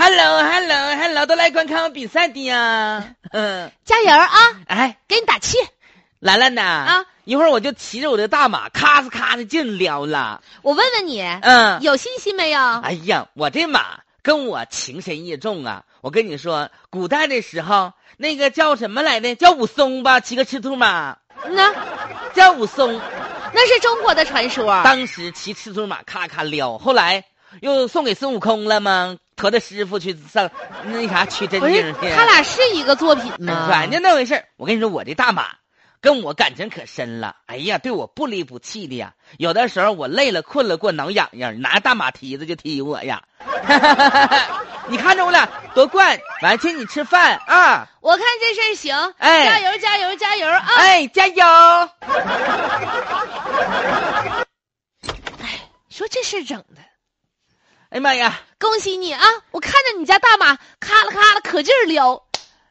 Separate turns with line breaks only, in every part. Hello，Hello，Hello，都来观看我比赛的呀。嗯，
加油啊！
哎，
给你打气。
兰兰呐，
啊，
一会儿我就骑着我的大马，咔哧咔哧进撩了。
我问问你，
嗯，
有信心没有？
哎呀，我这马跟我情深意重啊！我跟你说，古代的时候，那个叫什么来着？叫武松吧，骑个赤兔马，
那
叫武松。
那是中国的传说。
当时骑赤兔马咔咔撩，后来又送给孙悟空了吗？驮着师傅去上那啥取真
不是
经，去。
他俩是一个作品吗？
反哎正那回事儿我跟你说，我这大马跟我感情可深了。哎呀，对我不离不弃的呀。有的时候我累了、困了、给我挠痒痒，拿大马蹄子就踢我呀。 你看着我俩夺冠，完请你吃饭啊！
我看这事儿行。
哎
加油，加油，加油啊！
哎，加油！
说这事儿整的，
哎呀妈呀，
恭喜你啊！我看着你家大马咔啦咔啦可劲儿撩，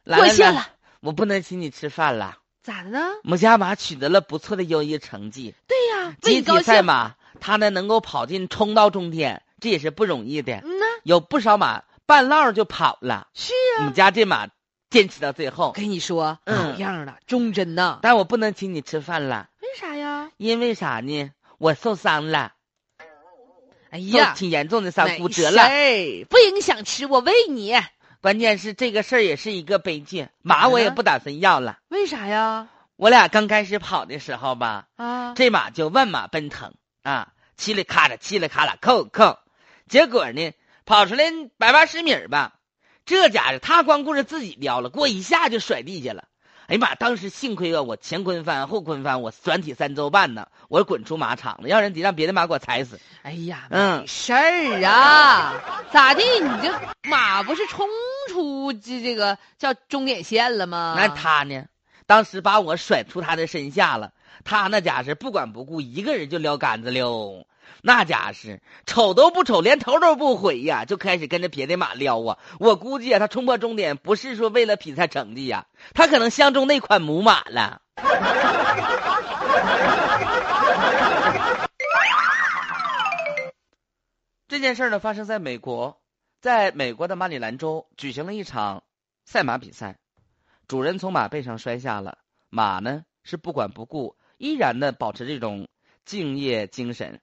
来
过线
来
了，
我不能请你吃饭了。
咋的呢？
我们家马取得了不错的优异成绩，
对呀、为
集
你高
体
兴
赛。马，它呢能够跑进冲到终点，这也是不容易的。
嗯呐，
有不少马半道儿就跑了。
是
我
啊。
们家这马坚持到最后
我，跟你说，
嗯
好样儿的，忠贞呐。
但我不能请你吃饭了，
为啥呀？
因为啥呢？我受伤了，
哎
受
呀，
挺严重的伤，
没
骨折
事
了。
儿不影响吃，我喂你。
关键是这个事儿也是一个悲剧，马我也
嗯
不打算要了。
为啥呀？
我俩刚开始跑的时候吧，
啊，
这马就万马奔腾啊，嘁哩咔啦，嘁哩咔啦，扣扣。结果呢，跑出来百八十米儿吧，这家伙他光顾着自己撩了，给我一下就甩地下了。哎呀妈！当时幸亏啊，我前坤翻后坤翻，我转体三周半呢，我滚出马场了，要人得让别的马给我踩死。
哎呀，
嗯
没事儿啊， 咋地？你这马不是冲出这这个叫终点线了吗？
那他呢？当时把我甩出他的身下了。他那家是不管不顾，一个人就撩杆子溜。那家是瞅都不瞅，连头都不回呀，就开始跟着别的马撩啊。我估计啊，他冲破终点不是说为了比赛成绩呀、他可能相中那款母马了。 这件事儿呢，发生在美国，在美国的马里兰州举行了一场赛马比赛。主人从马背上摔下了，马呢是不管不顾，依然呢保持这种敬业精神，